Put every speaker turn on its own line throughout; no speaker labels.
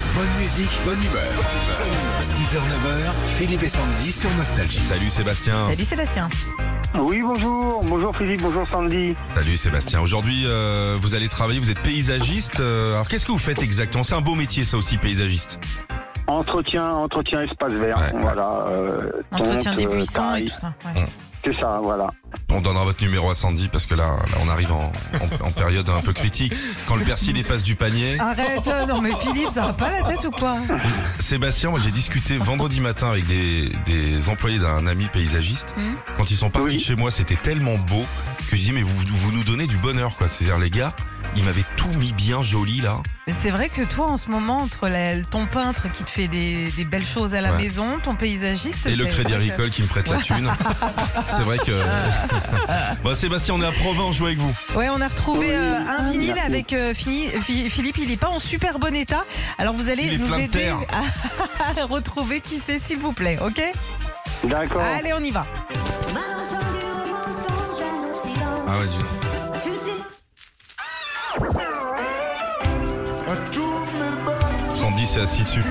Bonne musique, bonne humeur. 6h, 9h, Philippe et Sandy sur Nostalgie.
Salut Sébastien.
Salut Sébastien.
Oui, bonjour. Bonjour Philippe, bonjour Sandy.
Salut Sébastien. Aujourd'hui, euh, vous allez travailler, vous êtes paysagiste. Euh, alors qu'est-ce que vous faites exactement C'est un beau métier ça aussi, paysagiste.
Entretien, entretien espace vert.
Ouais.
Voilà. euh,
Entretien
tonte,
des
euh,
buissons et
pareil.
tout ça. ouais.
Ouais.
C'est ça, voilà.
On donnera votre numéro à Sandy parce que là, là, on arrive en, en- en période un peu critique. Quand le persil dépasse du panier.
Arrête, euh, non mais Philippe, ça va pas la tête ou quoi
Sébastien, moi j'ai discuté vendredi matin avec des, des employés d'un ami paysagiste.
Mhm.
Quand ils sont partis
Oui.
de chez moi, c'était tellement beau que je dis mais vous, vous nous donnez du bonheur quoi. C'est-à-dire les gars, ils m'avaient tout mis bien joli là.
Mais C'est vrai que toi, en ce moment, entre la- ton peintre qui te fait des, des belles choses à la
Ouais.
maison, ton paysagiste...
Et le
t'as-
Crédit Agricole qui me prête la thune. C'est vrai que. Bon, Sébastien, on est à Provins, on joue avec vous.
Ouais, on a retrouvé
Oui,
euh,
ah,
un
oui,
vinyle
merci.
avec euh, Fini- Fi- Philippe, il est pas en super bon état. Alors vous allez
Il est
nous
plein de
aider
terre.
à retrouver qui c'est, s'il vous plaît, ok
D'accord.
Allez, on y va.
Malentendu au mensonge, à nos silences.
Ah ouais, dis donc.
Tu sais,
Sandy, c'est assis dessus.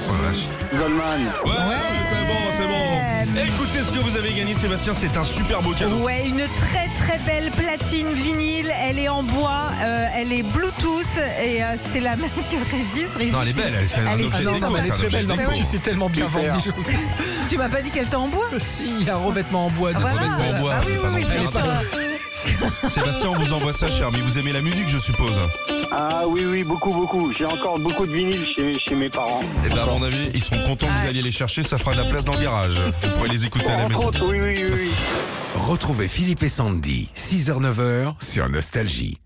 Oh la vache.
Goldman.
Ouais, c'est bon, c'est bon. Écoutez ce que vous avez gagné, Sébastien, c'est un super beau cadeau.
Ouais, une très très belle platine vinyle. Elle est en bois, euh, elle est Bluetooth et euh, c'est la même que Régis. Régis,
Non, elle est belle, elle, c'est un
Elle est-
objet
ah
de
non,
déco,
non, mais
c'est
elle est
un
très
objet
belle,
de
non,
déco.
mais oui.
c'est tellement bien
Super.
vendu. je-
Tu m'as pas dit qu'elle était en bois
si, il y a un revêtement en bois.
Ah,
de-
Voilà. revêtement en bois,
Ah oui,
c'est
oui,
pas
oui,
non plus
bien sûr.
un Sébastien, on vous envoie ça, cher ami. Vous aimez la musique, je suppose.
Ah oui, oui, beaucoup, beaucoup. J'ai encore beaucoup de vinyles chez, chez mes parents.
Et ben, à mon avis, ils seront contents que vous alliez les chercher. Ça fera de la place dans le garage. Vous pourrez les écouter à la
Entre
maison.
autres, oui, oui, oui. oui.
Retrouvez Philippe et Sandy, 6h, 9h sur Nostalgie.